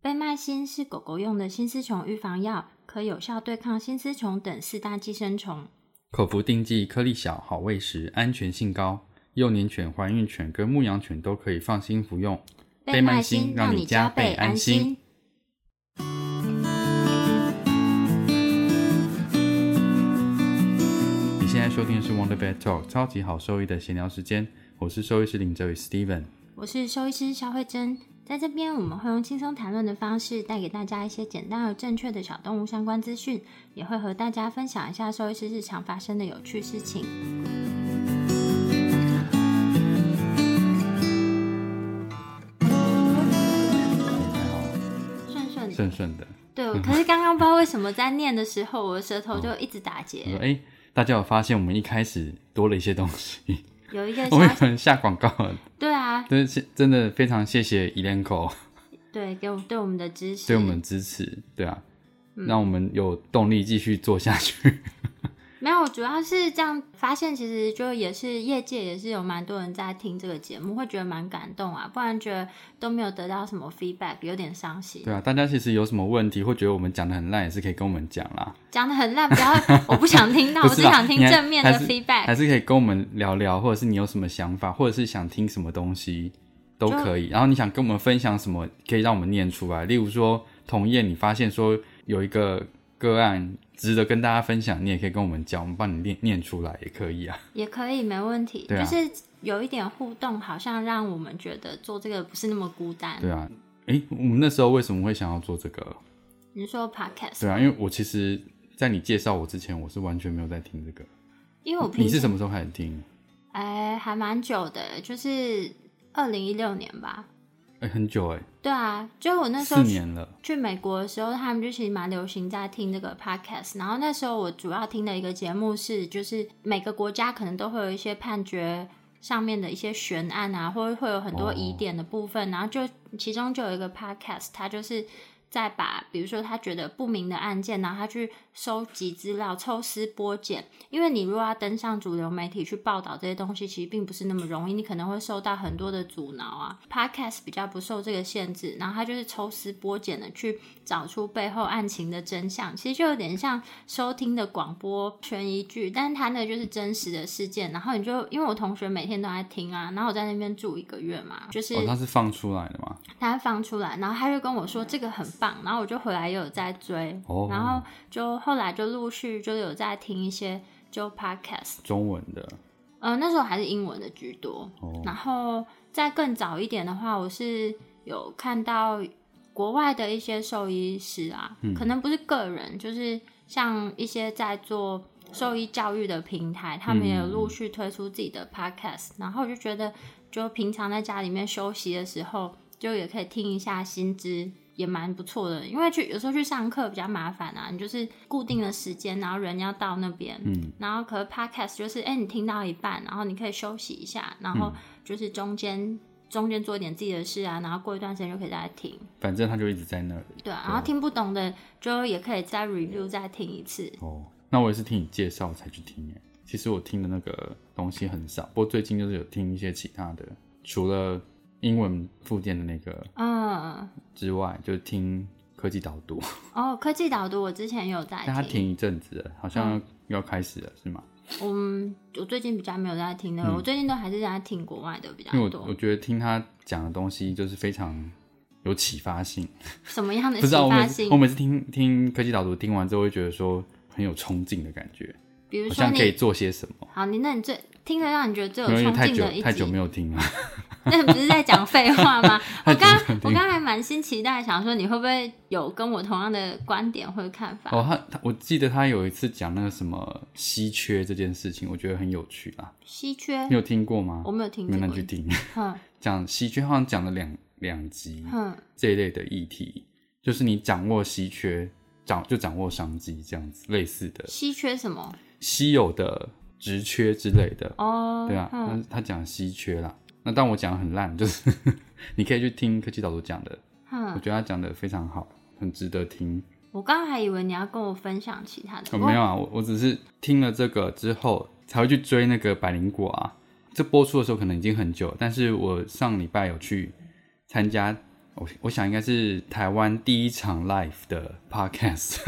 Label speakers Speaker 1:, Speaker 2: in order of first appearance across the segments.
Speaker 1: 贝麦新是狗狗用的新丝虫预防药，可有效对抗新丝虫等四大寄生虫。
Speaker 2: 口服定剂，颗粒小，好喂食，安全性高，幼年犬、怀孕犬跟牧羊犬都可以放心服用。贝麦新让你加倍安心。你现在收听的是 Wonder Vet Talk 超级好兽医的闲聊时间，我是兽医师林哲宇 Steven。
Speaker 1: 我是兽医师肖慧珍，在这边我们会用轻松谈论的方式，带给大家一些简单而正确的小动物相关资讯，也会和大家分享一下兽医师日常发生的有趣事情。顺顺的，
Speaker 2: 顺顺的，
Speaker 1: 对，我可是刚刚不知道为什么在念的时候，我的舌头就一直打
Speaker 2: 我说：“
Speaker 1: 结，
Speaker 2: 哎、大家有发现我们一开始多了一些东西？
Speaker 1: 有一个
Speaker 2: 我
Speaker 1: 小
Speaker 2: 们可能下广告了，
Speaker 1: 对啊，
Speaker 2: 但是真的非常谢谢 Elenco
Speaker 1: 对，给我对我们的支持，
Speaker 2: 对我们的支持，对啊，让我们有动力继续做下去。
Speaker 1: 没有，主要是这样发现，其实就也是业界也是有蛮多人在听这个节目，会觉得蛮感动啊，不然觉得都没有得到什么 feedback，有点伤心。
Speaker 2: 对啊，大家其实有什么问题或觉得我们讲的很烂，也是可以跟我们讲啦。
Speaker 1: 讲的很烂， 不要，我不想听到，我
Speaker 2: 不
Speaker 1: 只
Speaker 2: 是啦
Speaker 1: 想听
Speaker 2: 你还
Speaker 1: 正面的
Speaker 2: 还是还
Speaker 1: feedback。
Speaker 2: 是可以跟我们聊聊，或者是你有什么想法，或者是想听什么东西都可以。然后你想跟我们分享什么，可以让我们念出来。例如说，同业你发现说有一个个案值得跟大家分享，你也可以跟我们讲，我们帮你念念出来也可以啊。
Speaker 1: 也可以，没问题。
Speaker 2: 对啊
Speaker 1: 就是有一点互动，好像让我们觉得做这个不是那么孤单。
Speaker 2: 对啊，诶，我们那时候为什么会想要做这个？
Speaker 1: 你说 podcast，
Speaker 2: 对啊，因为我其实，在你介绍我之前，我是完全没有在听这个。
Speaker 1: 因为我平
Speaker 2: 你
Speaker 1: 时
Speaker 2: 是什么时候开始听？
Speaker 1: 哎还蛮久的，就是二零一六年吧。
Speaker 2: 诶，很久诶，
Speaker 1: 对啊，就我那时
Speaker 2: 四
Speaker 1: 候
Speaker 2: 年了。
Speaker 1: 去美国的时候，他们就其实蛮流行在听这个 podcast。然后那时候我主要听的一个节目是，就是每个国家可能都会有一些判决上面的一些悬案啊，或者会有很多
Speaker 2: 哦
Speaker 1: 疑点的部分。然后就其中就有一个 podcast，它就是在把比如说他觉得不明的案件，然后他去收集资料、抽丝剥茧。因为你如果要登上主流媒体去报道这些东西，其实并不是那么容易，你可能会受到很多的阻挠啊。Podcast 比较不受这个限制，然后它就是抽丝剥茧的去找出背后案情的真相，其实就有点像收听的广播悬疑剧，但是它那个就是真实的事件。然后你就因为我同学每天都在听啊，然后我在那边住一个月嘛，就是
Speaker 2: 哦，它是放出来的嘛？
Speaker 1: 他放出来，然后他就跟我说这个很棒，然后我就回来也有在追，
Speaker 2: 哦
Speaker 1: 然后就后来就陆续就有在听一些就 podcast，
Speaker 2: 中文的。
Speaker 1: 呃，那时候还是英文的居多，
Speaker 2: 哦
Speaker 1: 然后再更早一点的话，我是有看到国外的一些兽医师啊，可能不是个人，就是像一些在做兽医教育的平台，他们也有陆续推出自己的 podcast，、然后我就觉得，就平常在家里面休息的时候，就也可以听一下新知。也蛮不错的，因为去有时候去上课比较麻烦啊，你就是固定的时间，然后人要到那边，
Speaker 2: 嗯，
Speaker 1: 然后可是 podcast 就是，哎、你听到一半，然后你可以休息一下，然后
Speaker 2: 嗯
Speaker 1: 就是中间中间做一点自己的事啊，然后过一段时间就可以再来听，
Speaker 2: 反正它就一直在那里。
Speaker 1: 对啊，然后听不懂的就也可以再 review 再听一次。
Speaker 2: 哦，那我也是听你介绍才去听诶。其实我听的那个东西很少，不过最近就是有听一些其他的，除了英文附件的那个
Speaker 1: 嗯，
Speaker 2: 之外，就听科技导读。
Speaker 1: 哦，科技导读我之前有在
Speaker 2: 但它
Speaker 1: 听，
Speaker 2: 停一阵子了，好像要开始了，是吗？
Speaker 1: 嗯，我最近比较没有在听的，我最近都还是在听国外的比较
Speaker 2: 嗯因为我
Speaker 1: 多
Speaker 2: 我。觉得听他讲的东西就是非常有启发性，
Speaker 1: 什么样的
Speaker 2: 不
Speaker 1: 启
Speaker 2: 知道我
Speaker 1: 发
Speaker 2: 每次
Speaker 1: 性
Speaker 2: 我？每次听听科技导读听完之后，会觉得说很有冲劲的感觉，
Speaker 1: 比如
Speaker 2: 好
Speaker 1: 说
Speaker 2: 像可以
Speaker 1: 你，
Speaker 2: 做些什么。
Speaker 1: 好，你那你最听着让你觉得最有
Speaker 2: 没有，因为
Speaker 1: 冲
Speaker 2: 太
Speaker 1: 劲
Speaker 2: 久
Speaker 1: 的一
Speaker 2: 太
Speaker 1: 集
Speaker 2: 久没有听了，
Speaker 1: 那不是在讲废话吗？我刚我刚还蛮新奇待，想说你会不会有跟我同样的观点或者看法？
Speaker 2: 哦，他他我记得他有一次讲那个什么稀缺这件事情，我觉得很有趣啦。
Speaker 1: 稀缺
Speaker 2: 你，有听过吗？
Speaker 1: 嗯我没有听
Speaker 2: 没有，那
Speaker 1: 过
Speaker 2: 你。去听。
Speaker 1: 哼
Speaker 2: 讲稀缺好像讲了两两集
Speaker 1: 哼，
Speaker 2: 这一类的议题，就是你掌握稀缺，掌就掌握商机这样子，类似的
Speaker 1: 稀缺什么？
Speaker 2: 稀有的职缺之类的。
Speaker 1: 哦，
Speaker 2: 对啊，
Speaker 1: 哼
Speaker 2: 那他讲稀缺啦。那但我讲得很烂，就是 你可以去听科技导读讲的，我
Speaker 1: 哼，
Speaker 2: 觉得他讲的非常好，很值得听。
Speaker 1: 我刚刚还以为你要跟我分享其他的，
Speaker 2: 我
Speaker 1: 不过
Speaker 2: 没有啊，我我只是听了这个之后才会去追那个百灵果啊。这播出的时候可能已经很久，但是我上礼拜有去参加我我想应该是台湾第一场 live 的 podcast，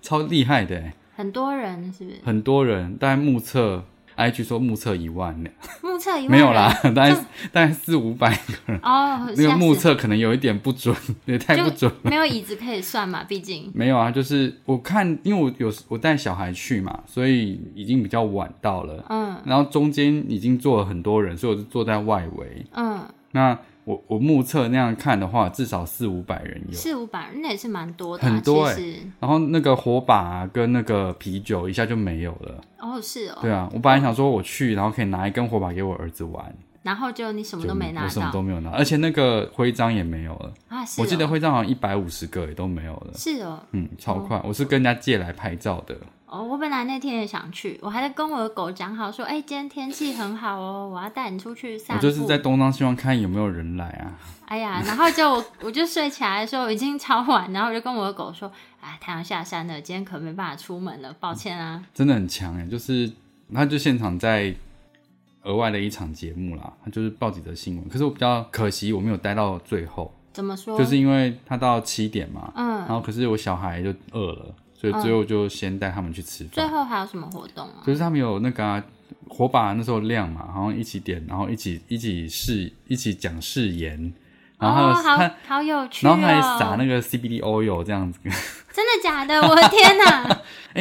Speaker 2: 超厉害的欸，
Speaker 1: 很多人是不是？
Speaker 2: 很多人，大概目测，IG 说目测一万呢，
Speaker 1: 目测一万
Speaker 2: 没有啦，大概
Speaker 1: 这
Speaker 2: 大概四五百
Speaker 1: 人哦，
Speaker 2: 那个
Speaker 1: 吓
Speaker 2: 目
Speaker 1: 死
Speaker 2: 测可能有一点不准，也太不准。
Speaker 1: 没有椅子可以算嘛，毕竟
Speaker 2: 没有啊，就是我看，因为我有我带小孩去嘛，所以已经比较晚到了。
Speaker 1: 嗯
Speaker 2: 然后中间已经坐了很多人，所以我就坐在外围。
Speaker 1: 嗯
Speaker 2: 那我我目测那样看的话，至少四五百人有。
Speaker 1: 四五百那也是蛮多的、啊，
Speaker 2: 很多欸
Speaker 1: 其实
Speaker 2: 然后那个火把、啊、跟那个啤酒一下就没有了。
Speaker 1: 哦是哦，
Speaker 2: 对啊，我本来想说我去，然后可以拿一根火把给我儿子玩，
Speaker 1: 然后就你什么
Speaker 2: 就
Speaker 1: 都没拿
Speaker 2: 我什么
Speaker 1: 到
Speaker 2: 都没有拿，而且那个徽章也没有了。
Speaker 1: 啊，是、哦、
Speaker 2: 我记得徽章好像一百五十个也都没有了。
Speaker 1: 是哦。
Speaker 2: 嗯，超快！我是跟人家借来拍照的。
Speaker 1: 哦，我本来那天也想去，我还在跟我的狗讲好说，哎、今天天气很好哦，我要带你出去散
Speaker 2: 我
Speaker 1: 步。
Speaker 2: 就是在东张西望看有没有人来啊。
Speaker 1: 哎呀，然后就我我就睡起来的时候已经超晚，然后我就跟我的狗说，啊，太阳下山了，今天可没办法出门了，抱歉啊。
Speaker 2: 真的很强哎，就是他就现场在额外的一场节目啦，他就是报纸的新闻。可是我比较可惜，我没有待到最后，
Speaker 1: 怎么说？
Speaker 2: 就是因为他到七点嘛，然
Speaker 1: 嗯，
Speaker 2: 后可是我小孩就饿了，所以最后就先带他们去吃
Speaker 1: 最
Speaker 2: 饭。
Speaker 1: 后还有什么活动啊？
Speaker 2: 就是他们有那个啊、火把，那时候亮嘛，然后一起点，然后一起一起誓一起讲誓言，然后
Speaker 1: 哦，
Speaker 2: 他、
Speaker 1: 好好有趣哦！
Speaker 2: 然后还撒那个 CBD oil 这样子。
Speaker 1: 真的假的？我的天哪！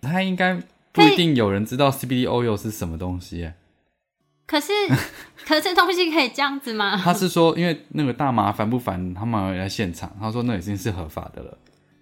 Speaker 2: 他应该不一定有人知道 CBD oil 是什么东西欸耶。
Speaker 1: 可是， 可是东西可以这样子 吗？
Speaker 2: 他是说，因为那个大麻烦不烦，他们有来现场，他说那已经是合法的了。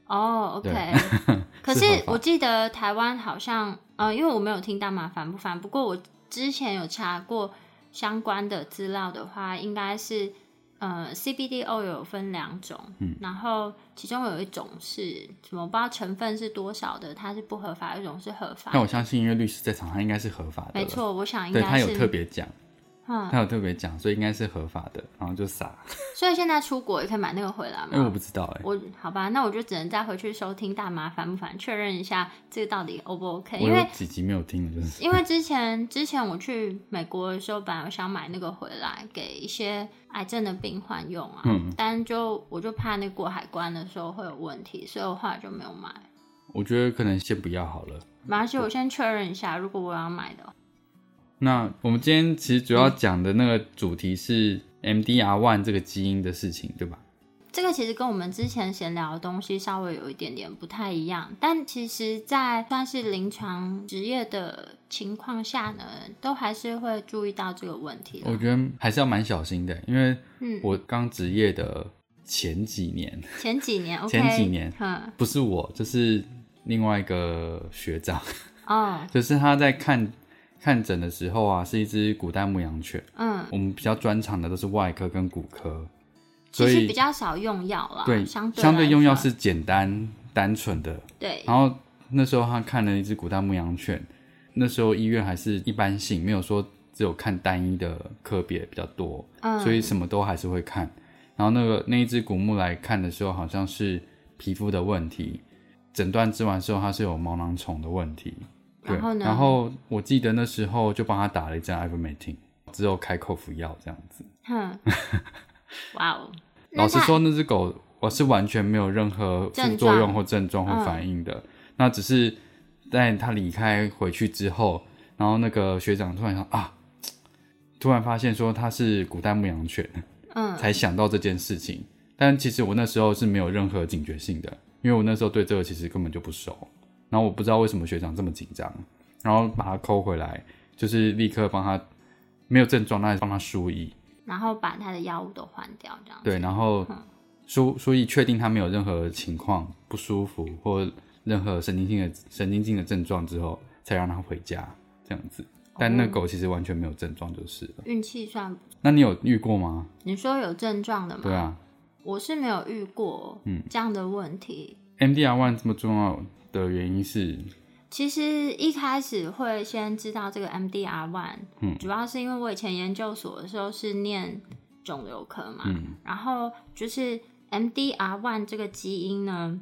Speaker 1: 哦、o k 可
Speaker 2: 是
Speaker 1: 是
Speaker 2: 合法
Speaker 1: 我记得台湾好像，呃，因为我没有听大麻烦不烦，不过我之前有查过相关的资料的话，应该是呃 CBD oil 有分两种，嗯，然后其中有一种是什么我不知道成分是多少的，它是不合法，有一种是合法
Speaker 2: 但。我相信，因为律师在场，他应该是合法的。
Speaker 1: 啊没，错，我想应
Speaker 2: 对
Speaker 1: 该
Speaker 2: 他有特
Speaker 1: 是，
Speaker 2: 别讲，
Speaker 1: 嗯，
Speaker 2: 他有特别讲，所以应该是合法的。然后就撒，
Speaker 1: 所以现在出国也可以买那个回来吗？
Speaker 2: 因为我不知道哎，
Speaker 1: 嗯我好吧，那我就只能再回去收听大麻烦不烦，确认一下这个到底 O 不 OK？
Speaker 2: 我
Speaker 1: 因
Speaker 2: 有
Speaker 1: 为
Speaker 2: 几集没有听了，就是
Speaker 1: 因为之前之前我去美国的时候，本来我想买那个回来给一些癌症的病患用啊，
Speaker 2: 嗯
Speaker 1: 但就我就怕那过海关的时候会有问题，所以我后来就没有买。
Speaker 2: 我觉得可能先不要好了。
Speaker 1: 没关系，我先确认一下，如果我要买的话，
Speaker 2: 那我们今天其实主要讲的那个主题是 MDR one 这个基因的事情，对吧？
Speaker 1: 这个其实跟我们之前闲聊的东西稍微有一点点不太一样，但其实，在算是临床职业的情况下呢，都还是会注意到这个问题啦。
Speaker 2: 我觉得还是要蛮小心的，因为
Speaker 1: 嗯，
Speaker 2: 我刚职业的前几年，
Speaker 1: 前几年，OK，
Speaker 2: 前几年
Speaker 1: 嗯，
Speaker 2: 不是我，就是另外一个学长，
Speaker 1: 哦，
Speaker 2: 就是他在看看诊的时候啊，是一只古代牧羊犬。
Speaker 1: 嗯，
Speaker 2: 我们比较专长的都是外科跟骨科，
Speaker 1: 其
Speaker 2: 所
Speaker 1: 实
Speaker 2: 以
Speaker 1: 比较少用药啦，
Speaker 2: 对
Speaker 1: 啊相对
Speaker 2: 相对
Speaker 1: 来
Speaker 2: 用药
Speaker 1: 说
Speaker 2: 是简单单纯的。
Speaker 1: 对，
Speaker 2: 然后那时候他看了一只古代牧羊犬，那时候医院还是一般性，没有说只有看单一的科别比较多。
Speaker 1: 嗯，
Speaker 2: 所以什么都还是会看。然后那个那一只古木来看的时候，好像是皮肤的问题，诊断治完之后，它是有毛囊虫的问题。对，
Speaker 1: 然后呢
Speaker 2: 然后我记得那时候就帮他打了一针 ivermectin，之后开口服药这样子。
Speaker 1: 哼，哇哦，那
Speaker 2: 老实
Speaker 1: 它，
Speaker 2: 说，那只狗我是完全没有任何副
Speaker 1: 症
Speaker 2: 作
Speaker 1: 状嗯
Speaker 2: 用或症状或反应的。那只是在它离开回去之后，然后那个学长突然想啊，突然发现说它是古代牧羊犬，
Speaker 1: 嗯，
Speaker 2: 才想到这件事情。但其实我那时候是没有任何警觉性的，因为我那时候对这个其实根本就不熟。然后我不知道为什么学长这么紧张，然后把他抠回来，就是立刻帮他没有症状，那帮他输液。
Speaker 1: 然后把它的药物都换掉，这样子，
Speaker 2: 对，然后
Speaker 1: 嗯
Speaker 2: 输输液确定他没有任何情况不舒服或任何神经性的神经性的症状之后，才让他回家这样子。但
Speaker 1: 哦
Speaker 2: 那狗其实完全没有症状就是了。
Speaker 1: 运气算不，
Speaker 2: 那你有遇过吗？
Speaker 1: 你说有症状的吗？
Speaker 2: 对啊嗯
Speaker 1: 我是没有遇过这样的问题。
Speaker 2: ，MDR one 这么重要的原因是
Speaker 1: 其实一开始会先知道这个 MDR one，、主要是因为我以前研究所的时候是念肿瘤科嘛，然后就是 MDR one 这个基因呢，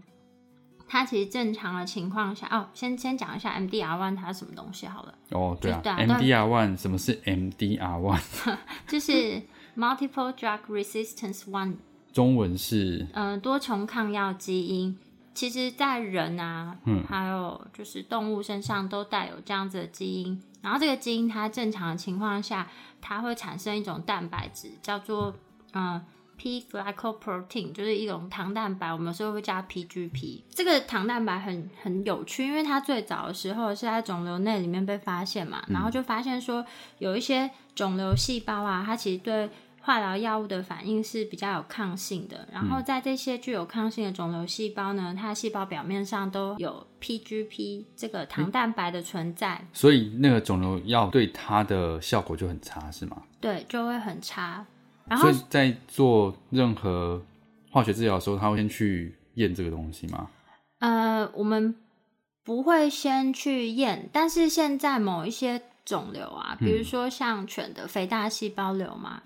Speaker 1: 它其实正常的情况下，哦，先先讲一下 MDR one 它是什么东西好了，
Speaker 2: 哦，对啊
Speaker 1: 就打断
Speaker 2: ，MDR one 什么是 MDR one？
Speaker 1: 就是 Multiple Drug Resistance One
Speaker 2: 中文是
Speaker 1: 嗯、多重抗药基因，其实，在人啊，
Speaker 2: 嗯
Speaker 1: 还有就是动物身上都带有这样子的基因。然后这个基因它正常的情况下，它会产生一种蛋白质，叫做嗯、P glycoprotein，就是一种糖蛋白，我们有时候会叫它 PGP。这个糖蛋白很很有趣，因为它最早的时候是在肿瘤内里面被发现嘛，然后
Speaker 2: 嗯
Speaker 1: 就发现说有一些肿瘤细胞啊，它其实对化疗药物的反应是比较有抗性的。然
Speaker 2: 嗯
Speaker 1: 后在这些具有抗性的肿瘤细胞呢，它的细胞表面上都有 PGP 这个糖蛋白的存在，
Speaker 2: 所以那个肿瘤药对它的效果就很差，是吗？
Speaker 1: 对，就会很差。然后
Speaker 2: 所以在做任何化学治疗的时候，他会先去验这个东西吗？
Speaker 1: 呃，我们不会先去验，但是现在某一些肿瘤啊，比
Speaker 2: 嗯
Speaker 1: 如说像犬的肥大细胞瘤嘛，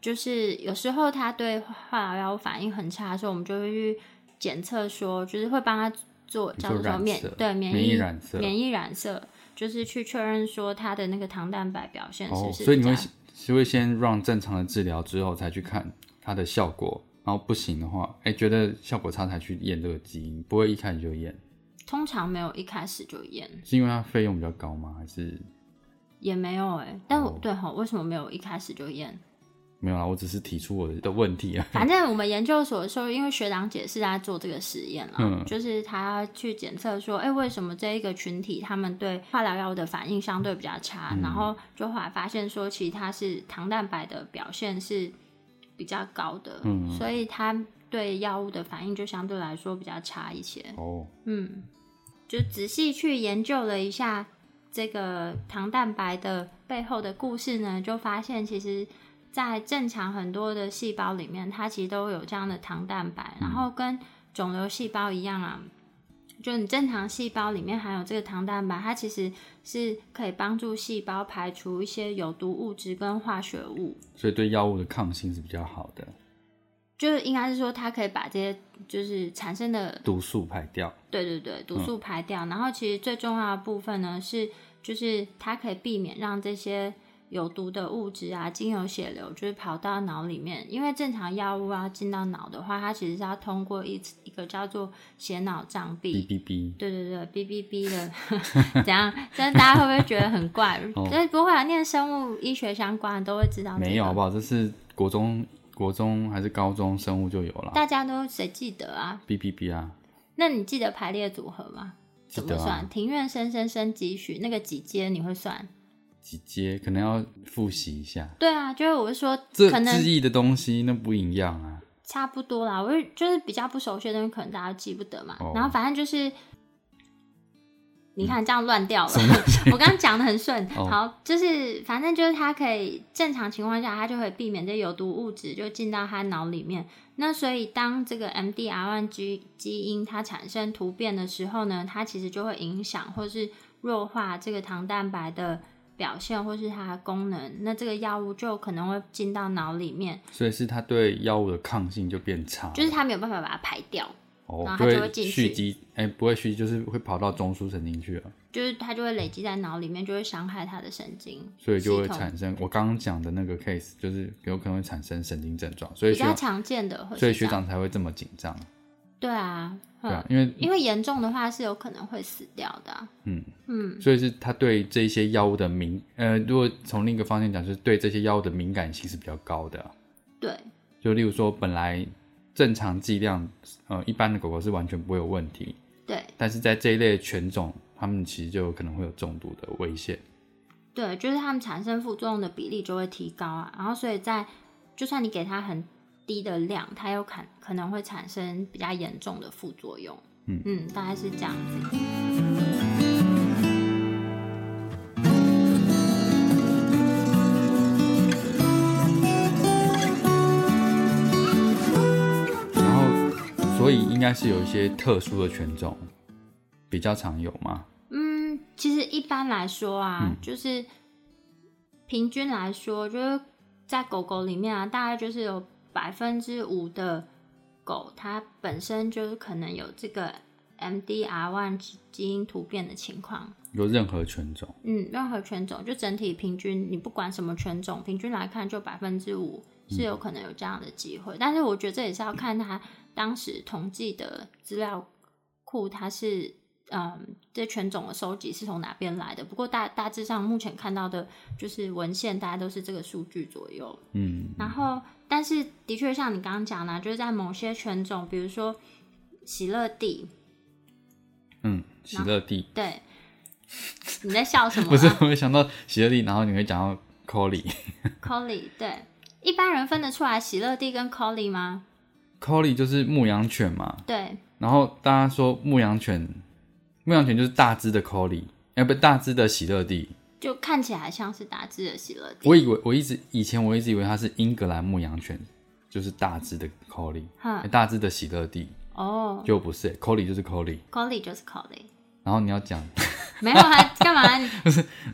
Speaker 1: 就是有时候它对化疗药物反应很差的时候，我们就会去检测说，就是会帮它做
Speaker 2: 你
Speaker 1: 叫
Speaker 2: 说
Speaker 1: 做
Speaker 2: 染
Speaker 1: 免
Speaker 2: 色
Speaker 1: 对免
Speaker 2: 免疫
Speaker 1: 疫
Speaker 2: 染色
Speaker 1: 免疫染色，就是去确认说它的那个糖蛋白表现是
Speaker 2: 哦，
Speaker 1: 不是、
Speaker 2: 所以你会是会先让正常的治疗之后，才去看它的效果，然后不行的话，哎、觉得效果差才去验这个基因，不会一开始就验，
Speaker 1: 通常没有一开始就验，
Speaker 2: 是因为它费用比较高吗？还是
Speaker 1: 也没有哎、但我
Speaker 2: 哦
Speaker 1: 对吼，为什么没有一开始就验？
Speaker 2: 没有啦？我只是提出我的问题啊。
Speaker 1: 反正我们研究所的时候，因为学长姐是在做这个实验啦，
Speaker 2: 嗯
Speaker 1: 就是他去检测说，哎、为什么这一个群体他们对化疗药物的反应相对比较差，
Speaker 2: 嗯
Speaker 1: 然后就后来发现说，其实它是糖蛋白的表现是比较高的，
Speaker 2: 嗯
Speaker 1: 所以它对药物的反应就相对来说比较差一些。
Speaker 2: 哦，
Speaker 1: 嗯，就仔细去研究了一下这个糖蛋白的背后的故事呢，就发现其实，在正常很多的细胞里面，它其实都有这样的糖蛋白，然后跟肿瘤细胞一样啊。就你正常细胞里面含有这个糖蛋白，它其实是可以帮助细胞排除一些有毒物质跟化学物。
Speaker 2: 所以对药物的抗性是比较好的，
Speaker 1: 就是应该是说，它可以把这些就是产生的
Speaker 2: 毒素排掉。
Speaker 1: 对对对，
Speaker 2: 嗯
Speaker 1: 毒素排掉。然后其实最重要的部分呢是，就是它可以避免让这些有毒的物质啊，经由血流就是跑到脑里面。因为正常药物要进到脑的话，它其实是要通过一一个叫做血脑障壁
Speaker 2: B。B B，
Speaker 1: 对对对，B B B 的， 怎样？真的大家会不会觉得很怪？
Speaker 2: 哦
Speaker 1: 但不会啊，念生物医学相关的都会知道、这个。
Speaker 2: 没有好不好？这是国中、国中还是高中生物就有了
Speaker 1: 大家都谁记得啊？
Speaker 2: B B B 啊，
Speaker 1: 那你记得排列组合吗？
Speaker 2: 记
Speaker 1: 怎么
Speaker 2: 得
Speaker 1: 算？
Speaker 2: 啊，
Speaker 1: 庭院深深深几许？那个几阶你会算？
Speaker 2: 几阶可能要复习一下。
Speaker 1: 对啊，就是我是说，
Speaker 2: 这
Speaker 1: 可
Speaker 2: 字
Speaker 1: 能
Speaker 2: 义的东西那不一样啊。
Speaker 1: 差不多啦。我就就是比较不熟悉的东西，可能大家记不得嘛。
Speaker 2: 哦
Speaker 1: 然后反正就是，你看这样乱掉了。 我刚刚讲的很顺。
Speaker 2: 哦
Speaker 1: 好，就是反正就是它可以正常情况下，它就可以避免这有毒物质就进到它脑里面。那所以当这个 MDR1 基基因它产生突变的时候呢，它其实就会影响或是弱化这个糖蛋白的。表现或是它的功能，那这个药物就可能会进到脑里面，
Speaker 2: 所以是它对药物的抗性就变差了，
Speaker 1: 就是他没有办法把它排掉，
Speaker 2: 哦
Speaker 1: 然后它
Speaker 2: 不
Speaker 1: 就会
Speaker 2: 会
Speaker 1: 进去
Speaker 2: 蓄积，哎、不会蓄积，就是会跑到中枢神经去了，
Speaker 1: 就是它就会累积在脑里面，就会伤害它的神经，
Speaker 2: 所以就会
Speaker 1: 系统
Speaker 2: 产生我刚刚讲的那个 case，就是有可能会产生神经症状，所以
Speaker 1: 比
Speaker 2: 学
Speaker 1: 较
Speaker 2: 长，
Speaker 1: 常见的会是这
Speaker 2: 所以
Speaker 1: 样。
Speaker 2: 学长才会这么紧张，
Speaker 1: 对啊，
Speaker 2: 对、
Speaker 1: 嗯，
Speaker 2: 啊，因为
Speaker 1: 因为严重的话是有可能会死掉的啊、
Speaker 2: 嗯
Speaker 1: 嗯，
Speaker 2: 所以是他对这些药物的敏，呃，如果从另一个方向讲，就是对这些药物的敏感性是比较高的啊、
Speaker 1: 对
Speaker 2: 就例如说本来正常剂量，呃，一般的狗狗是完全不会有问题，
Speaker 1: 对
Speaker 2: 但是在这一类的犬种，它们其实就有可能会有中毒的危险。
Speaker 1: 对，就是它们产生副作用的比例就会提高啊。然后所以在就算你给它很低的量，它有可可能会产生比较严重的副作用。
Speaker 2: 嗯
Speaker 1: 嗯，大概是这样子。
Speaker 2: 然后，所以应该是有一些特殊的犬种比较常有嘛。
Speaker 1: 嗯，其实一般来说啊，
Speaker 2: 嗯
Speaker 1: 就是平均来说，就是在狗狗里面啊，大概就是有百分之五的狗，它本身就是可能有这个 MDR1 基因突变的情况。
Speaker 2: 有任何犬种，
Speaker 1: 嗯，任何犬种就整体平均，你不管什么犬种，平均来看就百分之五是有可能有这样的机会。但是我觉得这也是要看他当时统计的资料库，它是嗯这全种的收集是从哪边来的。不过大大致上目前看到的就是文献，大家都是这个数据左右。
Speaker 2: 嗯，
Speaker 1: 然后，但是的确像你刚刚讲的啊、就是在某些犬种，比如说喜乐蒂，
Speaker 2: 嗯，喜乐蒂
Speaker 1: 对，你在笑什么、啊？
Speaker 2: 不是，我会想到喜乐蒂，然后你会讲到 Collie。
Speaker 1: Collie，对，一般人分得出来喜乐蒂跟 Collie 吗？
Speaker 2: Collie 就是牧羊犬嘛，
Speaker 1: 对，
Speaker 2: 然后大家说牧羊犬，牧羊犬就是大只的 Collie，哎、不，大只的喜乐蒂。
Speaker 1: 就看起来像是大只的喜乐蒂。
Speaker 2: 我以为我一直以前我一直以为它是英格兰牧羊犬，就是大只的 Collie，、哎
Speaker 1: 哼，
Speaker 2: 大只的喜乐蒂，
Speaker 1: 哦
Speaker 2: 就不是、哎 Collie 就是 Collie。
Speaker 1: ，Collie 就是 Collie，
Speaker 2: 然后你要讲，
Speaker 1: 没有啊？干嘛？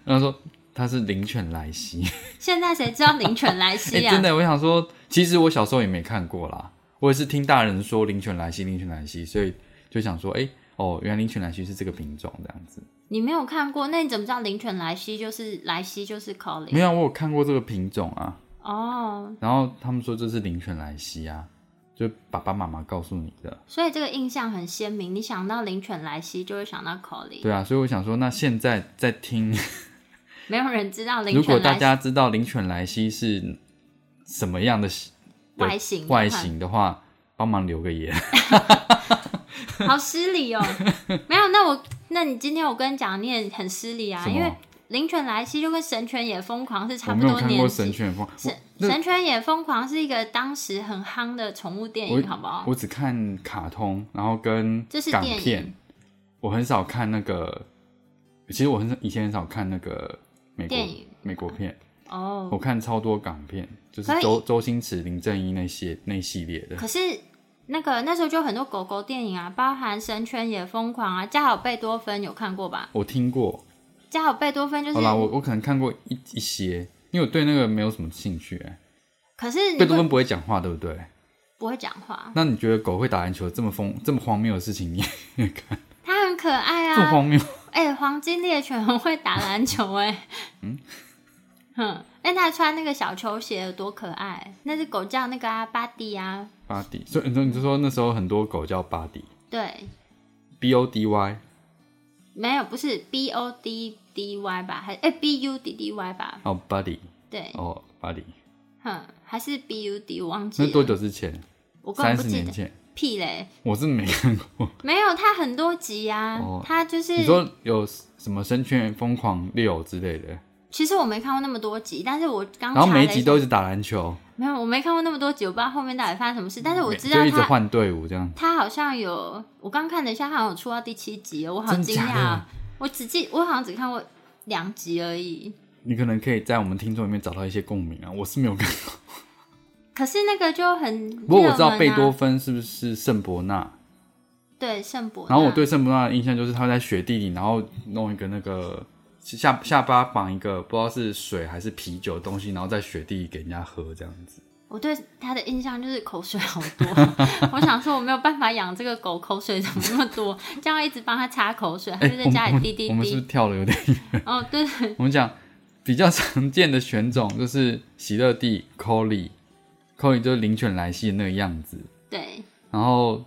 Speaker 2: 然后说它是灵犬莱西，
Speaker 1: 现在谁知道灵犬莱
Speaker 2: 哎、
Speaker 1: 西啊？
Speaker 2: 真的，我想说，其实我小时候也没看过啦，我也是听大人说灵犬莱西，灵犬莱西，所以就想说，哎、哦，原来灵犬莱西是这个品种这样子。
Speaker 1: 你没有看过，那你怎么知道灵犬莱西就是莱西就是 Collie？
Speaker 2: 没有，我有看过这个品种啊。
Speaker 1: 哦，
Speaker 2: 然后他们说这是灵犬莱西啊，就爸爸妈妈告诉你的。
Speaker 1: 所以这个印象很鲜明。你想到灵犬莱西，就会想到 Collie。
Speaker 2: 对啊，所以我想说，那现在在听，
Speaker 1: 没有人知道灵
Speaker 2: 如果
Speaker 1: 犬
Speaker 2: 大
Speaker 1: 莱西
Speaker 2: 家知道灵犬莱西是什么样的形
Speaker 1: 外形，
Speaker 2: 外，形的话，帮忙留个言。
Speaker 1: 好失礼哦。没有，那我，那你今天我跟你讲，你也很失礼啊，
Speaker 2: 什么
Speaker 1: 因为灵犬莱西就跟神犬也疯狂是差
Speaker 2: 我
Speaker 1: 不
Speaker 2: 没有
Speaker 1: 多
Speaker 2: 看
Speaker 1: 年
Speaker 2: 过《
Speaker 1: 纪
Speaker 2: 神。犬风》
Speaker 1: 神
Speaker 2: 那
Speaker 1: 神犬也疯狂是一个当时很夯的宠物电
Speaker 2: 我
Speaker 1: 影，好不好？
Speaker 2: 我只看卡通，然后跟
Speaker 1: 这是
Speaker 2: 港
Speaker 1: 电
Speaker 2: 片
Speaker 1: 影，
Speaker 2: 我很少看那个。其实我很少以前很少看那个美国
Speaker 1: 电影
Speaker 2: 美国片，
Speaker 1: 哦
Speaker 2: 我看超多港片，就是
Speaker 1: 可以
Speaker 2: 周周星驰、林正英那些那系列的。
Speaker 1: 可是那个那时候就很多狗狗电影啊，包含《神犬也疯狂》啊，《家有贝多芬》有看过吧？
Speaker 2: 我听过，
Speaker 1: 《家有贝多芬》就是
Speaker 2: 好，啦，我我可能看过一一些，因为我对那个没有什么兴趣、哎，
Speaker 1: 可是你
Speaker 2: 贝多
Speaker 1: 不
Speaker 2: 芬不会讲话，对不对？
Speaker 1: 不会讲话，
Speaker 2: 那你觉得狗会打篮球这么疯、这么荒谬的事情，你
Speaker 1: 啊
Speaker 2: 也看？
Speaker 1: 它很可爱
Speaker 2: 这么
Speaker 1: 啊。
Speaker 2: 荒谬？
Speaker 1: 哎、黄金猎犬很会打篮球哎、 嗯，哼，哎、它穿那个小球鞋有多可爱？那只狗叫那个啊，巴蒂啊，
Speaker 2: 巴迪，所以你说你就说那时候很多狗叫巴迪
Speaker 1: 对，
Speaker 2: ，B O D Y，
Speaker 1: 没有，不是 B O D D Y 吧？还哎、B U D D Y 吧？
Speaker 2: 哦，Buddy，
Speaker 1: 对，
Speaker 2: 哦，Buddy，
Speaker 1: 哼，还是 B U D 我忘记
Speaker 2: 那多
Speaker 1: 了，
Speaker 2: 久之前？
Speaker 1: 我根本
Speaker 2: 三
Speaker 1: 不
Speaker 2: 十
Speaker 1: 记
Speaker 2: 年
Speaker 1: 得
Speaker 2: 前，
Speaker 1: 屁嘞，
Speaker 2: 我是没看过。
Speaker 1: 没有，它很多集啊，
Speaker 2: 哦
Speaker 1: 它就是
Speaker 2: 你说有什么《神犬疯狂六》之类的，
Speaker 1: 其实我没看过那么多集，但是我刚
Speaker 2: 然后
Speaker 1: 查
Speaker 2: 每一
Speaker 1: 了
Speaker 2: 集
Speaker 1: 下
Speaker 2: 都一直打篮球，
Speaker 1: 没有，我没看过那么多集，我不知道后面到底发生什么事。但是我
Speaker 2: 每
Speaker 1: 知道
Speaker 2: 就一直
Speaker 1: 他
Speaker 2: 换队伍这样。
Speaker 1: 他好像有，我刚看了一下，他好像有出到第七集了，我好
Speaker 2: 真
Speaker 1: 惊
Speaker 2: 假
Speaker 1: 讶
Speaker 2: 的
Speaker 1: 啊！我只记我好像只看过两集而已。
Speaker 2: 你可能可以在我们听众里面找到一些共鸣啊，我是没有看 过。
Speaker 1: 可是那个就很热门啊、
Speaker 2: 不过我知道贝多芬是不是圣伯纳，
Speaker 1: 对圣伯纳，
Speaker 2: 然后我对圣伯纳的印象就是他在雪地里，然后弄一个那个下下巴绑一个不知道是水还是啤酒的东西，然后在雪地里给人家喝这样子。
Speaker 1: 我对他的印象就是口水好多。 我想说我没有办法养这个狗，口水怎么那么多？这样一直帮它擦口水，它
Speaker 2: 哎
Speaker 1: 就在
Speaker 2: 我们
Speaker 1: 家
Speaker 2: 我
Speaker 1: 里
Speaker 2: 们
Speaker 1: 滴滴
Speaker 2: 我们是
Speaker 1: 滴。
Speaker 2: 不是跳了有点
Speaker 1: 哦，对，
Speaker 2: 我们讲比较常见的犬种就是喜乐蒂、Collie，Collie 就是灵犬莱西的那个样子，
Speaker 1: 对，
Speaker 2: 然后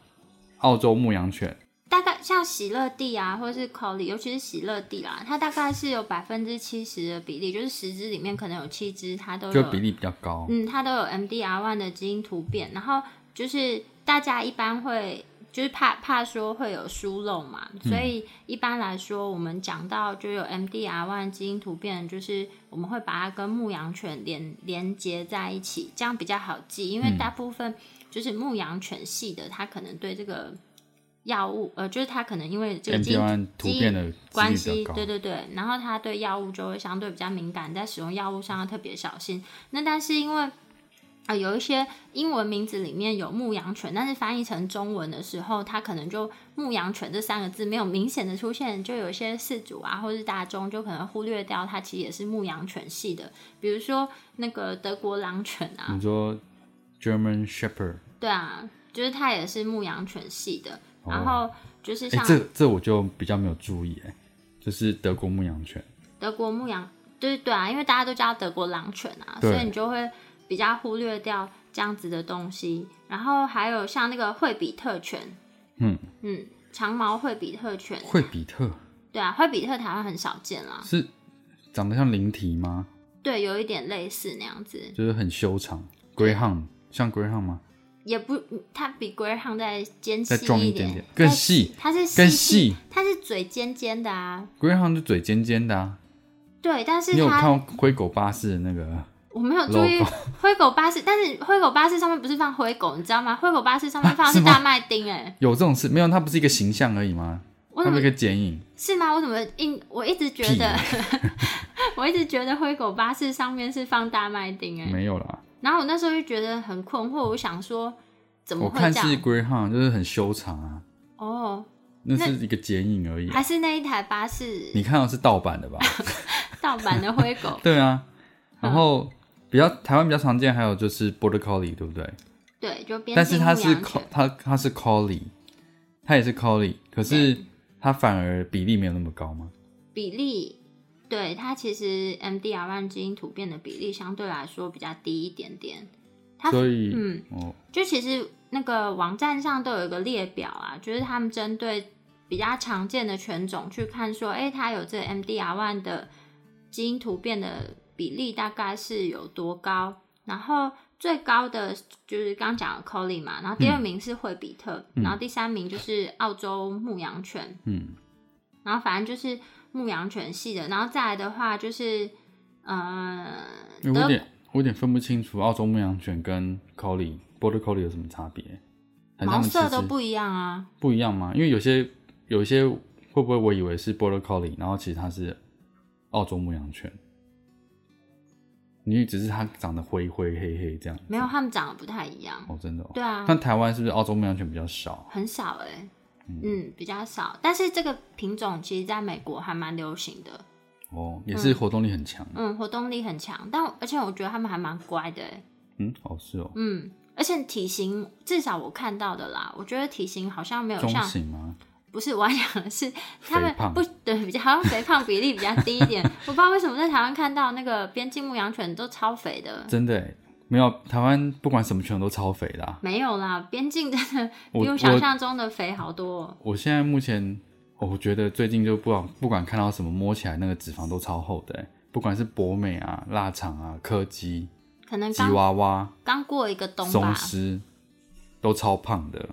Speaker 2: 澳洲牧羊犬，
Speaker 1: 大概像喜乐蒂啊，或者是 Collie，尤其是喜乐蒂啦，它大概是有百分之七十的比例，就是十只里面可能有七只它都
Speaker 2: 就
Speaker 1: 有，
Speaker 2: 比例比较高。
Speaker 1: 嗯，它都有 MDR1 的基因突变。然后就是大家一般会就是怕怕说会有疏漏嘛，
Speaker 2: 嗯
Speaker 1: 所以一般来说，我们讲到就有 MDR1 基因突变，就是我们会把它跟牧羊犬连连接在一起，这样比较好记，
Speaker 2: 嗯
Speaker 1: 因为大部分就是牧羊犬系的，它可能对这个。药物，呃，就是它可能因为这个
Speaker 2: M
Speaker 1: 基
Speaker 2: D
Speaker 1: 因
Speaker 2: One 图片的几率
Speaker 1: 关
Speaker 2: 比
Speaker 1: 系，
Speaker 2: 较高
Speaker 1: 对，对对，然后他对药物就会相对比较敏感，在使用药物上要特别小心。那但是因为啊、呃有一些英文名字里面有牧羊犬，但是翻译成中文的时候，它可能就牧羊犬这三个字没有明显的出现，就有一些饲主啊或是大众就可能忽略掉它其实也是牧羊犬系的，比如说那个德国狼犬啊，
Speaker 2: 你说 German Shepherd，
Speaker 1: 对啊，就是它也是牧羊犬系的，
Speaker 2: 哦
Speaker 1: 然后就是
Speaker 2: 哎、
Speaker 1: 像
Speaker 2: 这这我就比较没有注意、哎，就是德国牧羊犬，
Speaker 1: 德国牧羊，对对啊，因为大家都叫德国狼犬啊，
Speaker 2: 对
Speaker 1: 所以你就会比较忽略掉这样子的东西。然后还有像那个惠比特犬，
Speaker 2: 嗯
Speaker 1: 嗯，长毛惠比特犬，
Speaker 2: 惠比特
Speaker 1: 对啊，惠比特台湾很少见啦，
Speaker 2: 是长得像灵缇吗？
Speaker 1: 对，有一点类似那样子，
Speaker 2: 就是很修长，Greyhound 像 Greyhound 吗？
Speaker 1: 也不，它比 Greyhound 再尖细
Speaker 2: 再壮一
Speaker 1: 点
Speaker 2: 点点更
Speaker 1: 再
Speaker 2: 细
Speaker 1: 它是
Speaker 2: 更
Speaker 1: 细
Speaker 2: 细，
Speaker 1: 它是嘴尖尖的啊，
Speaker 2: Greyhound 就嘴尖尖的啊，
Speaker 1: 对，但是
Speaker 2: 你有看
Speaker 1: 它
Speaker 2: 过灰狗巴士的那个？
Speaker 1: 我没有注意
Speaker 2: logo
Speaker 1: 灰狗巴士，但是灰狗巴士上面不是放灰狗，你知道吗？灰狗巴士上面放的
Speaker 2: 是
Speaker 1: 是
Speaker 2: 吗
Speaker 1: 大麦丁、欸，哎，
Speaker 2: 有这种事没有？它不是一个形象而已吗？
Speaker 1: 我
Speaker 2: 它
Speaker 1: 怎
Speaker 2: 不
Speaker 1: 么
Speaker 2: 是一个剪影？
Speaker 1: 是吗？我怎么印？我一直觉得， 我一直觉得灰狗巴士上面是放大麦丁、欸，哎，
Speaker 2: 没有啦，
Speaker 1: 然后我那时候就觉得很困惑，我想说怎么
Speaker 2: 我
Speaker 1: 会
Speaker 2: 看
Speaker 1: 这
Speaker 2: 是
Speaker 1: 样？
Speaker 2: Greyhound，就是很修长啊，
Speaker 1: 哦，
Speaker 2: 那是一个剪影而已啊。
Speaker 1: 还是那一台巴士
Speaker 2: 你看到是盗版 的吧？？
Speaker 1: 盗版的灰狗
Speaker 2: 对啊，
Speaker 1: 嗯
Speaker 2: 然后比较台湾比较常见，还有就是 Border Collie，对不对？
Speaker 1: 对，就边
Speaker 2: 但是
Speaker 1: 境
Speaker 2: 它
Speaker 1: 牧
Speaker 2: 是
Speaker 1: 羊
Speaker 2: co-
Speaker 1: 犬。
Speaker 2: 它它是 Collie，它也是 Collie，可是它反而比例没有那么高嘛。
Speaker 1: 比例，对它其实 MDR1 基因突变的比例相对来说比较低一点点。它
Speaker 2: 所以
Speaker 1: 嗯，
Speaker 2: 哦，
Speaker 1: 就其实那个网站上都有一个列表啊，就是他们针对比较常见的犬种去看说，哎、它有这 MDR1 的基因突变的比例大概是有多高，然后。最高的就是刚讲的 Collie 嘛，然后第二名是惠比特，
Speaker 2: 嗯
Speaker 1: 然后第三名就是澳洲牧羊犬，
Speaker 2: 嗯，
Speaker 1: 然后反正就是牧羊犬系的，然后再来的话就是呃
Speaker 2: 因为我
Speaker 1: 德
Speaker 2: 有点我有点分不清楚澳洲牧羊犬跟 Collie Border Collie 有什么差别？还是它
Speaker 1: 毛
Speaker 2: 们
Speaker 1: 色
Speaker 2: 其实
Speaker 1: 都不一样啊，
Speaker 2: 不一样吗？因为有些有些会不会我以为是 Border Collie，然后其实它是澳洲牧羊犬，因为只是它长得灰灰黑黑这样。
Speaker 1: 没有它们长得不太一样，
Speaker 2: 哦，真的、哦。
Speaker 1: 对啊，
Speaker 2: 但台湾是不是澳洲牧羊犬比较少？
Speaker 1: 很少哎、嗯，比较少，但是这个品种其实在美国还蛮流行的，
Speaker 2: 哦，也是活动力很强。啊
Speaker 1: 嗯，活动力很强，但而且我觉得它们还蛮乖的、欸，
Speaker 2: 嗯，哦是哦，
Speaker 1: 嗯，而且体型至少我看到的啦，我觉得体型好像没有
Speaker 2: 中
Speaker 1: 像
Speaker 2: 型吗？
Speaker 1: 不是，我要讲的是他们
Speaker 2: 肥胖
Speaker 1: 不对，比较好像肥胖比例比较低一 点。我不知道为什么在台湾看到那个边境牧羊犬都超肥的，
Speaker 2: 真的耶没有，台湾不管什么犬都超肥的啊、
Speaker 1: 没有啦，边境真的
Speaker 2: 我
Speaker 1: 比我想象中的肥好多哦。
Speaker 2: 我现在目前，哦我觉得最近就不管不管看到什么，摸起来那个脂肪都超厚的耶，不管是博美啊、腊肠啊、柯基、
Speaker 1: 可能
Speaker 2: 吉
Speaker 1: 刚
Speaker 2: 娃娃、
Speaker 1: 刚过一个冬
Speaker 2: 松
Speaker 1: 吧，
Speaker 2: 狮，都超胖的。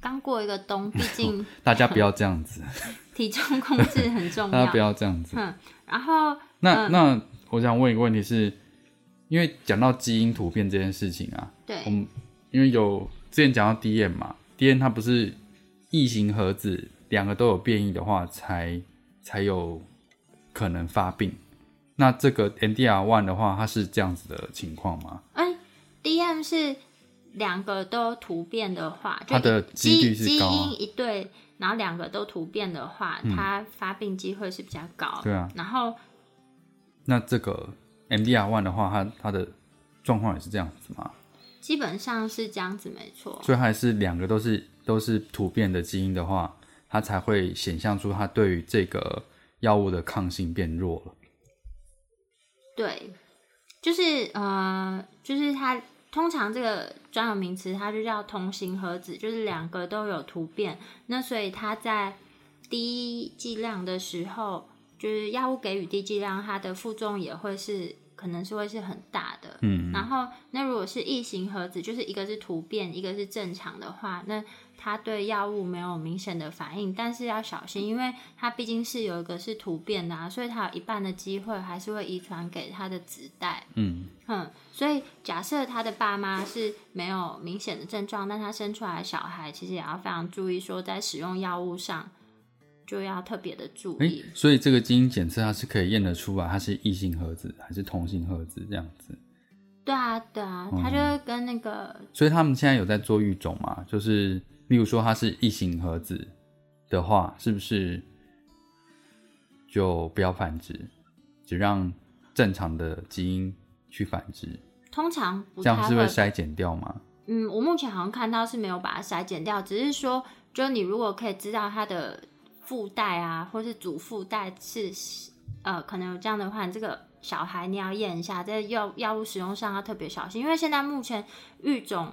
Speaker 1: 刚过一个冬，毕 竟
Speaker 2: 大家不要这样子，
Speaker 1: 体重控制很重
Speaker 2: 大家
Speaker 1: 要
Speaker 2: 啊不。要这样子。
Speaker 1: 然后
Speaker 2: 那、那我想问一个问题是，因为讲到基因突变这件事情啊，我
Speaker 1: 对
Speaker 2: 们因为有之前讲到 DM 嘛，DM 它不是异型核子两个都有变异的话，才才有可能发病。那这个 NDR one 的话，它是这样子的情况吗？
Speaker 1: ，DM 是两个都突变的话，就
Speaker 2: 它的
Speaker 1: 基
Speaker 2: 几率是
Speaker 1: 基
Speaker 2: 高啊嗯
Speaker 1: 因一对，然后两个都突变的话，它发病机会是比较高。
Speaker 2: 对啊，
Speaker 1: 然后
Speaker 2: 那这个 NDR one 的话，它它的状况也是这样子吗？
Speaker 1: 基本上是这样子，没错。
Speaker 2: 所以还是两个都是都是突变的基因的话，它才会显现出它对于这个药物的抗性变弱了。
Speaker 1: 对，就是呃，就是它通常这个专有名词它就叫同型核子，就是两个都有突变。那所以它在低剂量的时候，就是药物给予低剂量，它的副作用也会是可能是会是很大的。
Speaker 2: 嗯，
Speaker 1: 然后，那如果是异型核子，就是一个是突变，一个是正常的话，那它对药物没有明显的反应，但是要小心，因为它毕竟是有一个是突变的、啊，所以它有一半的机会还是会遗传给它的子代。
Speaker 2: 嗯，
Speaker 1: 嗯，所以假设他的爸妈是没有明显的症状，但他生出来的小孩其实也要非常注意，说在使用药物上就要特别的注
Speaker 2: 哎、
Speaker 1: 意。
Speaker 2: 所以这个基因检测它是可以验得出来，它是异性核子还是同性核子这样子。
Speaker 1: 对啊，对啊，
Speaker 2: 哦
Speaker 1: 他就会跟那个
Speaker 2: 所以他们现在有在做育种嘛？就是例如说它是异性核子的话，是不是就不要繁殖，只让正常的基因去繁殖，
Speaker 1: 通常不
Speaker 2: 这
Speaker 1: 太
Speaker 2: 样是
Speaker 1: 会
Speaker 2: 会筛减掉吗？
Speaker 1: 嗯，我目前好像看到是没有把它筛减掉，只是说，就你如果可以知道它的附带啊，或是祖父带是呃，可能有这样的话，你这个小孩你要验一下，在药药物使用上要特别小心，因为现在目前育种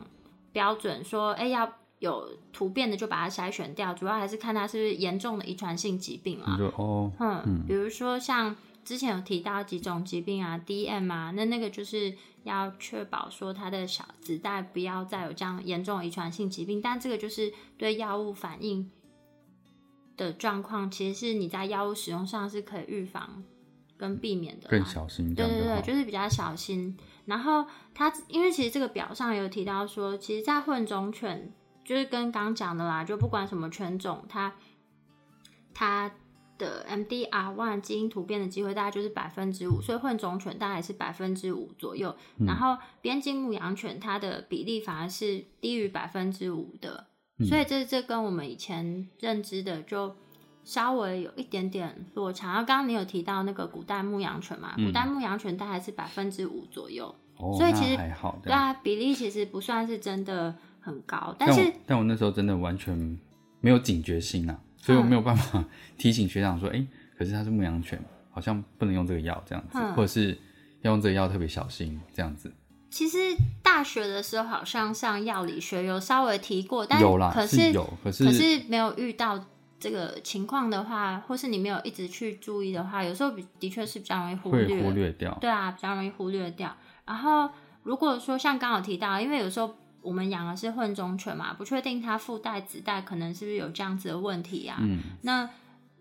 Speaker 1: 标准说，哎、要有突变的就把它筛选掉，主要还是看它是不是严重的遗传性疾病
Speaker 2: 你
Speaker 1: 啊。
Speaker 2: 就哦，
Speaker 1: 嗯，比如说像之前有提到几种疾病啊，DM 啊，那那个就是要确保说他的小子代不要再有这样严重的遗传性疾病，但这个就是对药物反应的状况，其实是你在药物使用上是可以预防跟避免的啦。
Speaker 2: 更小心这
Speaker 1: 对对
Speaker 2: 样就
Speaker 1: 对，
Speaker 2: 好。
Speaker 1: 就是比较小心。然后它因为其实这个表上有提到说，其实，在混种犬就是跟刚讲的啦，就不管什么犬种，它它的 MDR one 基因突变的机会大概就是百分之五，所以混种犬大概是百分之五左右。
Speaker 2: 嗯
Speaker 1: 然后边境牧羊犬它的比例反而是低于百分之五的，
Speaker 2: 嗯
Speaker 1: 所以这这跟我们以前认知的就稍微有一点点落差。然后刚刚你有提到那个古代牧羊犬嘛，
Speaker 2: 嗯
Speaker 1: 古代牧羊犬大概是百分之五左右，
Speaker 2: 哦，
Speaker 1: 所以
Speaker 2: 那
Speaker 1: 其实
Speaker 2: 还好，
Speaker 1: 对啊，比例其实不算是真的很高，但
Speaker 2: 但
Speaker 1: 是
Speaker 2: 我但我那时候真的完全没有警觉性啊，所以
Speaker 1: 嗯
Speaker 2: 我没有办法 提醒学长说，哎、可是它是牧羊犬，好像不能用这个药这样子，
Speaker 1: 嗯
Speaker 2: 或者是要用这个药特别小心这样子。
Speaker 1: 其实大学的时候好像上药理学有稍微提过，但
Speaker 2: 有啦，
Speaker 1: 可
Speaker 2: 是有，可是
Speaker 1: 可是没有遇到这个情况的话，或是你没有一直去注意的话，有时候比的确是比较容易忽
Speaker 2: 会
Speaker 1: 略，
Speaker 2: 忽略掉。
Speaker 1: 对啊，比较容易忽略掉。然后如果说像刚好提到，因为有时候我们养的是混种犬嘛，不确定它附带子代可能是不是有这样子的问题啊。
Speaker 2: 嗯，
Speaker 1: 那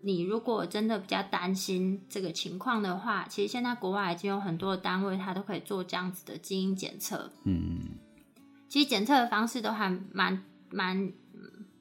Speaker 1: 你如果真的比较担心这个情况的话，其实现在国外已经有很多单位，它都可以做这样子的基因检测。
Speaker 2: 嗯，
Speaker 1: 其实检测的方式都还蛮蛮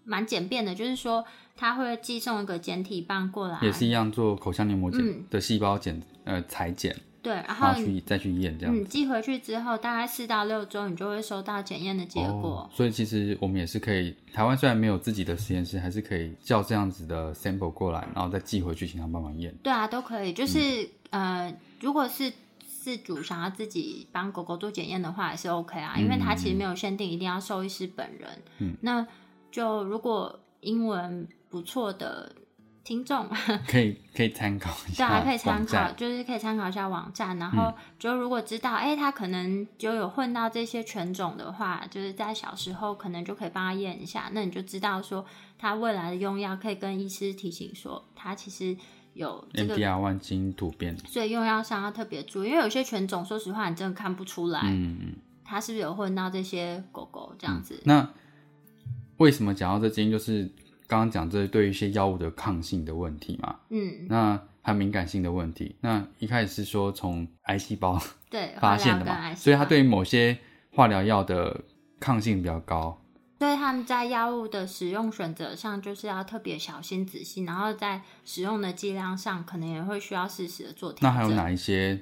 Speaker 1: 蛮简便的，就是说它会寄送一个检体棒过来，
Speaker 2: 也是一样做口腔黏膜
Speaker 1: 嗯
Speaker 2: 检的细胞检呃裁剪，
Speaker 1: 对，然
Speaker 2: 然
Speaker 1: 后嗯
Speaker 2: 后去再去验这样
Speaker 1: 你
Speaker 2: 子。
Speaker 1: 寄回去之后，大概四到六周，你就会收到检验的结
Speaker 2: 哦
Speaker 1: 果。，
Speaker 2: 所以其实我们也是可以，台湾虽然没有自己的实验室，还是可以叫这样子的 sample 过来，然后再寄回去，请他帮忙验。
Speaker 1: 对啊，都可以，就是、
Speaker 2: 嗯
Speaker 1: 呃，如果是。饲主想要自己帮狗狗做检验的话，也是 OK 啊，因为它
Speaker 2: 嗯
Speaker 1: 其实没有限定一定要兽医师本人。嗯，那就如果英文不错的听众，
Speaker 2: 可以可以参考一
Speaker 1: 对
Speaker 2: 下
Speaker 1: 啊，
Speaker 2: 网站，嗯
Speaker 1: 可以参考，就是可以参考一下网站，然后就如果知道，哎、他可能就有混到这些犬种的话，就是在小时候可能就可以帮他验一下，那你就知道说他未来的用药可以跟医师提醒说，他其实有这个，
Speaker 2: MDR 万基因突变，
Speaker 1: 所以用药上要特别注意，因为有些犬种，说实话，你真的看不出来、
Speaker 2: 嗯，
Speaker 1: 它是不是有混到这些狗狗这样子。
Speaker 2: 那为什么讲到这基因，就是刚刚讲这对于一些药物的抗性的问题嘛，
Speaker 1: 嗯，
Speaker 2: 那还有敏感性的问题。那一开始是说从癌 细胞
Speaker 1: 对，化
Speaker 2: 发
Speaker 1: 疗
Speaker 2: 现的
Speaker 1: 跟癌
Speaker 2: 嘛，
Speaker 1: 细
Speaker 2: 所以它
Speaker 1: 胞
Speaker 2: 对某些化疗药的抗性比较高。
Speaker 1: 所以他们在药物的使用选择上，就是要特别小心仔细，然后在使用的剂量上，可能也会需要适时的做调
Speaker 2: 那
Speaker 1: 整。
Speaker 2: 还有哪一些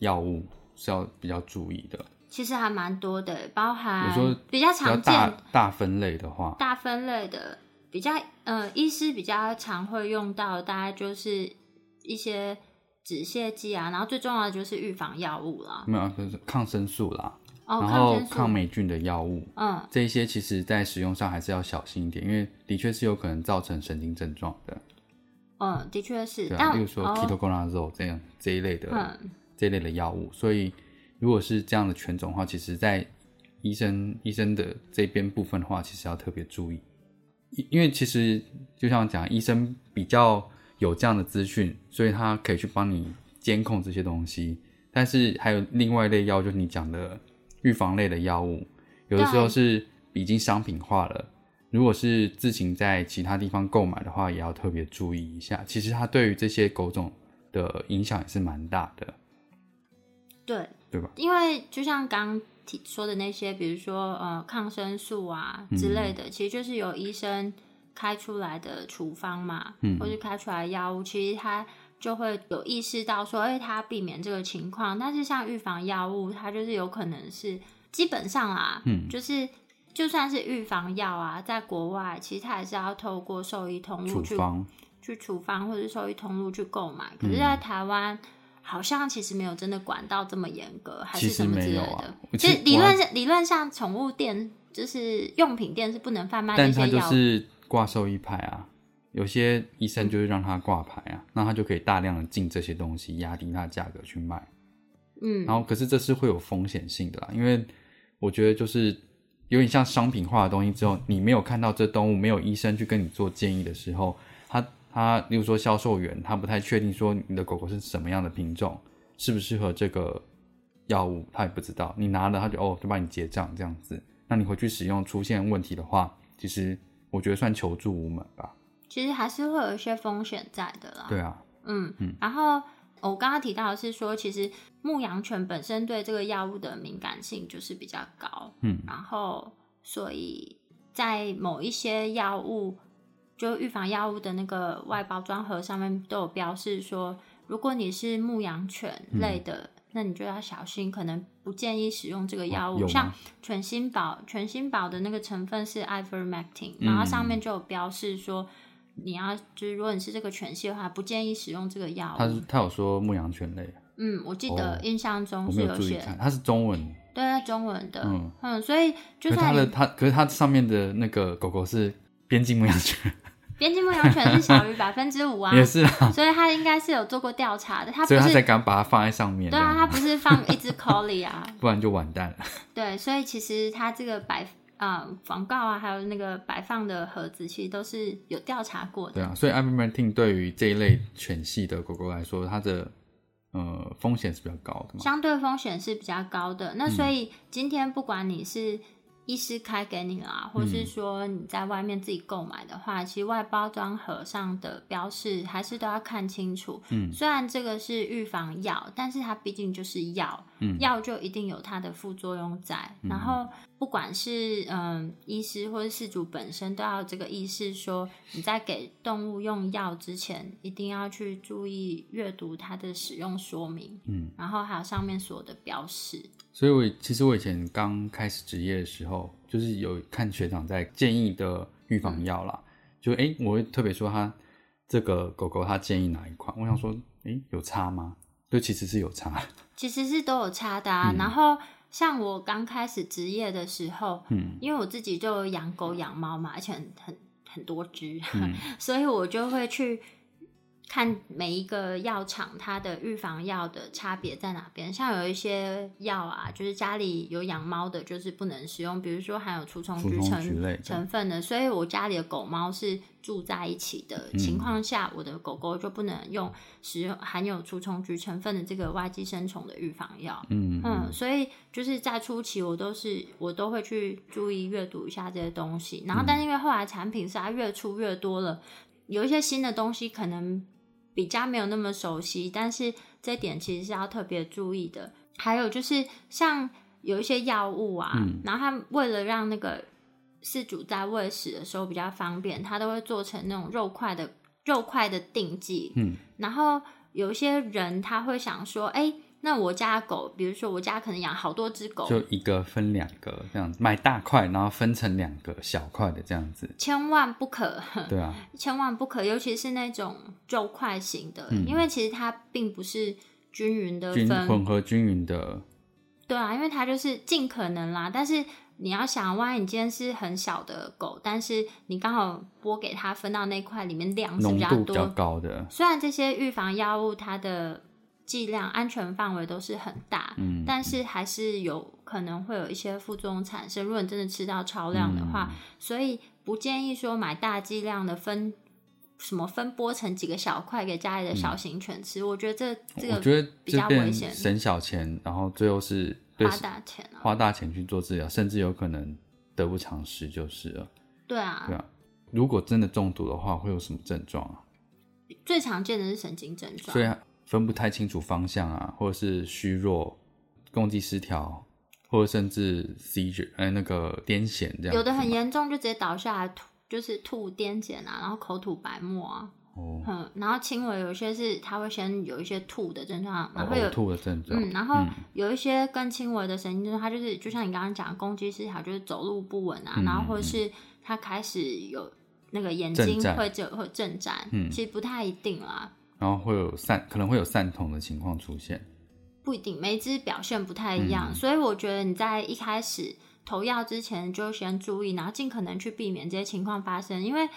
Speaker 2: 药物是要比较注意的？
Speaker 1: 其实还蛮多的，包含
Speaker 2: 我说
Speaker 1: 比较
Speaker 2: 比较
Speaker 1: 常
Speaker 2: 大
Speaker 1: 见
Speaker 2: 大分类的话，
Speaker 1: 大分类的，比较呃，医师比较常会用到的，大概就是一些止泻剂啊，然后最重要的就是预防药物啦，
Speaker 2: 没有啊就是抗生素啦，
Speaker 1: 哦，
Speaker 2: 然
Speaker 1: 抗
Speaker 2: 后
Speaker 1: 生素，
Speaker 2: 抗霉菌的药物，
Speaker 1: 嗯，
Speaker 2: 这一些其实在使用上还是要小心一点，因为的确是有可能造成神经症状的，
Speaker 1: 嗯，的确是，
Speaker 2: 对啊，
Speaker 1: 但
Speaker 2: 例如说
Speaker 1: 哦
Speaker 2: ketoconazole 这样这一类的、
Speaker 1: 嗯
Speaker 2: 这一类的药物，所以如果是这样的犬种的话，其实在医生医生的这边部分的话，其实要特别注意，因因为其实就像讲，医生比较有这样的资讯，所以他可以去帮你监控这些东西，但是还有另外一类药，就是你讲的预防类的药物，有的时候
Speaker 1: 对
Speaker 2: 是已经商品化了。如果是自行在其他地方购买的话，也要特别注意一下。其实它对于这些狗种的影响也是蛮大的，
Speaker 1: 对，
Speaker 2: 对吧？
Speaker 1: 因为就像刚提说的那些，比如说呃抗生素啊
Speaker 2: 嗯
Speaker 1: 之类的，其实就是由医生开出来的处方嘛，
Speaker 2: 嗯
Speaker 1: 或是开出来的药物，其实他就会有意识到说，哎、他避免这个情况。但是像预防药物，它就是有可能是基本上啦，
Speaker 2: 嗯
Speaker 1: 就是。就算是预防药啊，在国外其实它也是要透过兽医通路
Speaker 2: 处
Speaker 1: 去
Speaker 2: 方
Speaker 1: 去处方或者兽医通路去购买。可是，
Speaker 2: 嗯
Speaker 1: 在台湾、好像其实没有真的管到这么严格，还是
Speaker 2: 其实
Speaker 1: 什么之
Speaker 2: 没
Speaker 1: 类
Speaker 2: 有
Speaker 1: 的
Speaker 2: 啊。，我
Speaker 1: 其
Speaker 2: 其
Speaker 1: 实
Speaker 2: 实
Speaker 1: 理
Speaker 2: 我还
Speaker 1: 论上，理论上宠物店就是用品店是不能贩卖这
Speaker 2: 但他
Speaker 1: 些
Speaker 2: 就
Speaker 1: 药物。
Speaker 2: 是挂兽医牌啊，有些医生就是让他挂牌啊，那他就可以大量的进这些东西，压低它的价格去卖。
Speaker 1: 嗯，
Speaker 2: 然后可是这是会有风险性的啦，因为我觉得就是有点像商品化的东西之后，你没有看到这动物，没有医生去跟你做建议的时候，他他，例如说销售员，他不太确定说你的狗狗是什么样的品种，适不适合这个药物，他也不知道。你拿了他就哦，就帮你结账这样子。那你回去使用出现问题的话，其实我觉得算求助无门吧。
Speaker 1: 其实还是会有一些风险在的啦。
Speaker 2: 对啊，
Speaker 1: 嗯，然后呃我刚刚提到的是说，其实牧羊犬本身对这个药物的敏感性就是比较高，
Speaker 2: 嗯
Speaker 1: 然后所以在某一些药物，就预防药物的那个外包装盒上面都有标示说，如果你是牧羊犬类
Speaker 2: 嗯
Speaker 1: 的。那你就要小心，可能不建议使用这个药
Speaker 2: 哦有
Speaker 1: 物，
Speaker 2: 吗
Speaker 1: 像全新宝，全新宝的那个成分是 ivermectin，然
Speaker 2: 嗯
Speaker 1: 后上面就有标示说，你要就是如果你是这个犬系的话，不建议使用这个药
Speaker 2: 他
Speaker 1: 物。
Speaker 2: 他有说牧羊犬类，
Speaker 1: 嗯，我记得
Speaker 2: 哦
Speaker 1: 印象中
Speaker 2: 我
Speaker 1: 是
Speaker 2: 没有注意
Speaker 1: 写
Speaker 2: 看，它是中文，
Speaker 1: 对在中文的，
Speaker 2: 嗯
Speaker 1: 嗯所以就
Speaker 2: 可是它
Speaker 1: 算
Speaker 2: 的
Speaker 1: 你
Speaker 2: 它，可是它上面的那个狗狗是边境牧 羊犬，
Speaker 1: 边境牧羊犬是小于 百分之五啊，
Speaker 2: 也是啊，
Speaker 1: 所以他应该是有做过调查的，他不
Speaker 2: 所以他才
Speaker 1: 是
Speaker 2: 敢把它放在上面，
Speaker 1: 对啊，
Speaker 2: 这
Speaker 1: 他
Speaker 2: 样
Speaker 1: 不是放一只 collie 啊，
Speaker 2: 不然就完蛋了。
Speaker 1: 对，所以其实它这个摆啊、广告啊，还有那个摆放的盒子，其实都是有调查过
Speaker 2: 对
Speaker 1: 的。
Speaker 2: 啊，所以 ivermectin 对于这一类犬系的狗狗来说，它的呃风险是比较高的嘛。
Speaker 1: 相对风险是比较高的。
Speaker 2: 嗯
Speaker 1: 那所以今天不管你是医师开给你啦，
Speaker 2: 嗯
Speaker 1: 或是说你在外面自己购买的话，其实外包装盒上的标示还是都要看清楚。
Speaker 2: 嗯
Speaker 1: 虽然这个是预防药，但是它毕竟就是药，
Speaker 2: 嗯
Speaker 1: 药就一定有它的副作用在。然后不管是嗯医师或是事主本身都要有这个意识说，你在给动物用药之前，一定要去注意阅读它的使用说明。
Speaker 2: 嗯，
Speaker 1: 然后还有上面所有的标识。
Speaker 2: 所以我也其实我以前刚开始职业的时候，就是有看学长在建议的预
Speaker 1: 嗯
Speaker 2: 防药啦，就诶，我会特别说他这个狗狗他建议哪一款，我想说诶，有差吗？就其实是有差的，
Speaker 1: 其实是都有差的
Speaker 2: 嗯
Speaker 1: 啊。然后像我刚开始职业的时候，
Speaker 2: 嗯，
Speaker 1: 因为我自己就有养狗养猫嘛，而且很很很多只，
Speaker 2: 嗯
Speaker 1: 所以我就会去看每一个药厂它的预防药的差别在哪边。像有一些药啊，就是家里有养猫的，就是不能使用，比如说含有除虫
Speaker 2: 除
Speaker 1: 菊
Speaker 2: 虫
Speaker 1: 成
Speaker 2: 菊类的
Speaker 1: 成分的，所以我家里的狗猫是住在一起
Speaker 2: 嗯
Speaker 1: 的情况下，我的狗狗就不能用使用含有除虫菊成分的这个外寄生虫的预防药。
Speaker 2: 嗯
Speaker 1: 嗯，所以就是在初期，我都是我都会去注意阅读一下这些东西。
Speaker 2: 嗯
Speaker 1: 然后，但是因为后来产品是它越出越多了，有一些新的东西可能比较没有那么熟悉，但是这点其实是要特别注意的。还有就是像有一些药物啊，
Speaker 2: 嗯
Speaker 1: 然后它为了让那个饲主在喂食的时候比较方便，它都会做成那种肉块的肉块的定剂，
Speaker 2: 嗯，
Speaker 1: 然后有一些人他会想说，哎、那我家的狗，比如说我家可能养好多只狗，
Speaker 2: 就一个分两个这样子，买大块，然后分成两个小块的这样子，
Speaker 1: 千万不可，
Speaker 2: 对啊，
Speaker 1: 千万不可，尤其是那种肉块型的，
Speaker 2: 嗯
Speaker 1: 因为其实它并不是均匀的
Speaker 2: 均
Speaker 1: 分
Speaker 2: 混合均匀的，
Speaker 1: 对啊，因为它就是尽可能啦，但是你要想，万一你今天是很小的狗，但是你刚好拨给它分到那块里面量是
Speaker 2: 浓
Speaker 1: 比较
Speaker 2: 度比
Speaker 1: 多，
Speaker 2: 较高的，
Speaker 1: 虽然这些预防药物它的剂量、安全范围都是很大，
Speaker 2: 嗯
Speaker 1: 但是还是有可能会有一些副作用产生。如果你真的吃到超量的
Speaker 2: 嗯
Speaker 1: 话，所以不建议说买大剂量的分。什么分拨成几个小块给家里的小型犬吃？我觉得这这
Speaker 2: 嗯我觉
Speaker 1: 个
Speaker 2: 得
Speaker 1: 比
Speaker 2: 这
Speaker 1: 较危
Speaker 2: 变
Speaker 1: 险
Speaker 2: 省小钱，然后最后是对
Speaker 1: 花大钱啊，
Speaker 2: 花大钱去做治疗，甚至有可能得不偿失就是了。
Speaker 1: 对啊，
Speaker 2: 对啊如果真的中毒的话，会有什么症状啊？
Speaker 1: 最常见的是神经症状
Speaker 2: 所，以分不太清楚方向啊，或者是虚弱、攻击失调，或者甚至 seizure，呃，那个癫痫这样子嘛。
Speaker 1: 有的很严重就直接倒下来吐，就是吐癫痫啊，然后口吐白沫啊，
Speaker 2: 哦，
Speaker 1: 嗯，然后轻微有些是它会先有一些吐的症状，然后有
Speaker 2: 哦呕吐的症状。
Speaker 1: 嗯，然后有一些更轻微的神经症状，它就是就像你刚刚讲的攻击失调，就是走路不稳啊，
Speaker 2: 嗯
Speaker 1: 然后或者是它开始有那个眼
Speaker 2: 震
Speaker 1: 睛
Speaker 2: 颤
Speaker 1: 会就会震颤，
Speaker 2: 嗯
Speaker 1: 其实不太一定啦，
Speaker 2: 然后会有散，可能会有散瞳的情况出现。
Speaker 1: 不一定，每一只表现不太一样，
Speaker 2: 嗯
Speaker 1: 所以我觉得你在一开始投药之前就先注意，然后尽可能去避免这些情
Speaker 2: 嗯
Speaker 1: 况发生，因为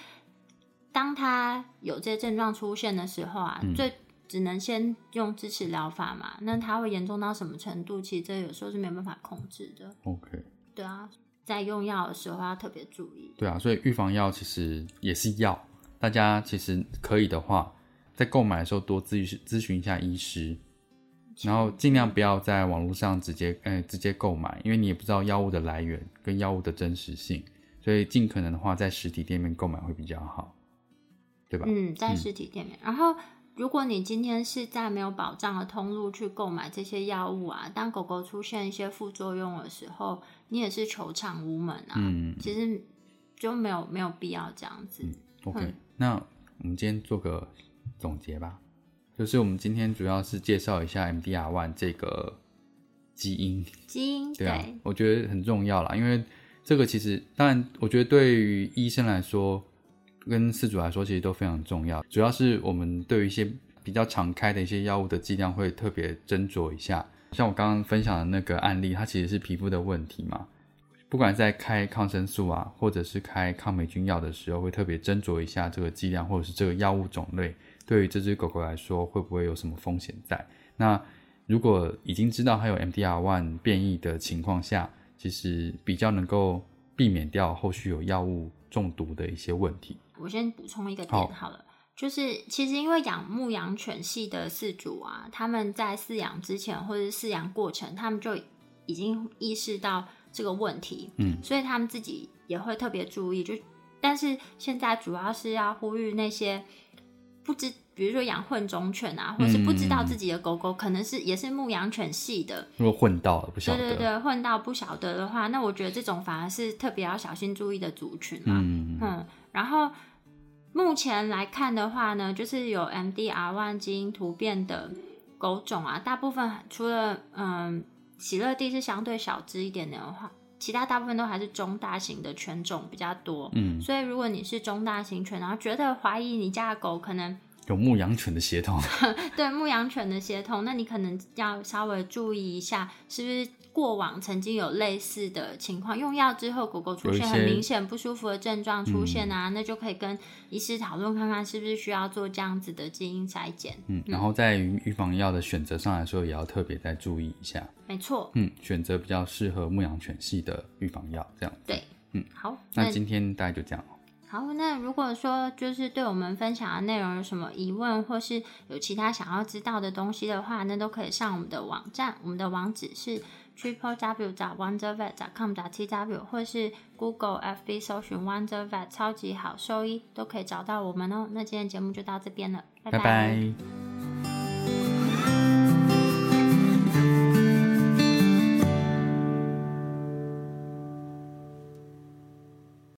Speaker 1: 当他有这些症状出现的时候啊，最只能先用支持疗法嘛。那它会严重到什么程度？其实这有时候是没有办法控制的。
Speaker 2: OK，
Speaker 1: 对啊，在用药的时候要特别注意。
Speaker 2: 对啊，所以预防药其实也是药，大家其实可以的话，在购买的时候多咨询咨询一下医师，然后尽量不要在网络上直接呃直接购买，因为你也不知道药物的来源跟药物的真实性，所以尽可能的话在实体店面购买会比较好，对吧？
Speaker 1: 嗯，在实体店面。然后，如果你今天是在没有保障的通路去购买这些药物啊，当狗狗出现一些副作用的时候，你也是求偿无门啊。
Speaker 2: 嗯
Speaker 1: 其实就没有没有必要这样子。
Speaker 2: ，OK，
Speaker 1: 嗯
Speaker 2: 那我们今天做个总结吧，就是我们今天主要是介绍一下 MDR one 这个基因。
Speaker 1: 基因
Speaker 2: 对啊，我觉得很重要啦，因为这个其实，当然，我觉得对于医生来说，跟饲主来说，其实都非常重要。主要是我们对于一些比较常开的一些药物的剂量会特别斟酌一下。像我刚刚分享的那个案例，它其实是皮肤的问题嘛，不管在开抗生素啊，或者是开抗霉菌药的时候，会特别斟酌一下这个剂量或者是这个药物种类对于这只狗狗来说会不会有什么风险在。那如果已经知道它有 MDR one 变异的情况下，其实比较能够避免掉后续有药物中毒的一些问题。
Speaker 1: 我先补充一个
Speaker 2: 好
Speaker 1: 点好了，就是其实因为养牧羊犬系的饲主啊，他们在饲养之前或者是饲养过程，他们就已经意识到这个问题，
Speaker 2: 嗯，
Speaker 1: 所以他们自己也会特别注意。就但是现在主要是要呼吁那些不知。比如说养混种犬啊，或是不知道
Speaker 2: 嗯
Speaker 1: 自己的狗狗可能是也是牧羊犬系的，
Speaker 2: 如果混到了不晓
Speaker 1: 对
Speaker 2: 得，
Speaker 1: 对对，混到不晓得的话，那我觉得这种反而是特别要小心注意的族群啦。
Speaker 2: 嗯，
Speaker 1: 嗯，然后目前来看的话呢，就是有 MDR 1基因突变的狗种啊，大部分除了嗯喜乐蒂是相对小只一点点的话，其他大部分都还是中大型的犬种比较多。
Speaker 2: 嗯
Speaker 1: 所以如果你是中大型犬，然后觉得怀疑你家的狗可能
Speaker 2: 有牧羊犬的血统，
Speaker 1: 对牧羊犬的血统，那你可能要稍微注意一下，是不是过往曾经有类似的情况？用药之后，狗狗出
Speaker 2: 有一
Speaker 1: 现很
Speaker 2: 些嗯
Speaker 1: 明显不舒服的症状出现啊，那就可以跟医师讨论看看，是不是需要做这样子的基因筛检。
Speaker 2: 嗯，然后在于预防药的选择上来说，也要特别再注意一下，
Speaker 1: 没错，
Speaker 2: 嗯，选择比较适合牧羊犬系的预防药，这样。
Speaker 1: 对，
Speaker 2: 嗯，
Speaker 1: 好，那
Speaker 2: 那今天大概就这样哦。
Speaker 1: 好，那如果说就是对我们分享的内容有什么疑问，或是有其他想要知道的东西的话，那都可以上我们的网站，我们的网址是 triple w 找 wonder vet com 找 t w，或是 Google FB 搜寻 wonder vet 超级好兽医，都可以找到我们哦。那今天节目就到这边了，拜
Speaker 2: 拜拜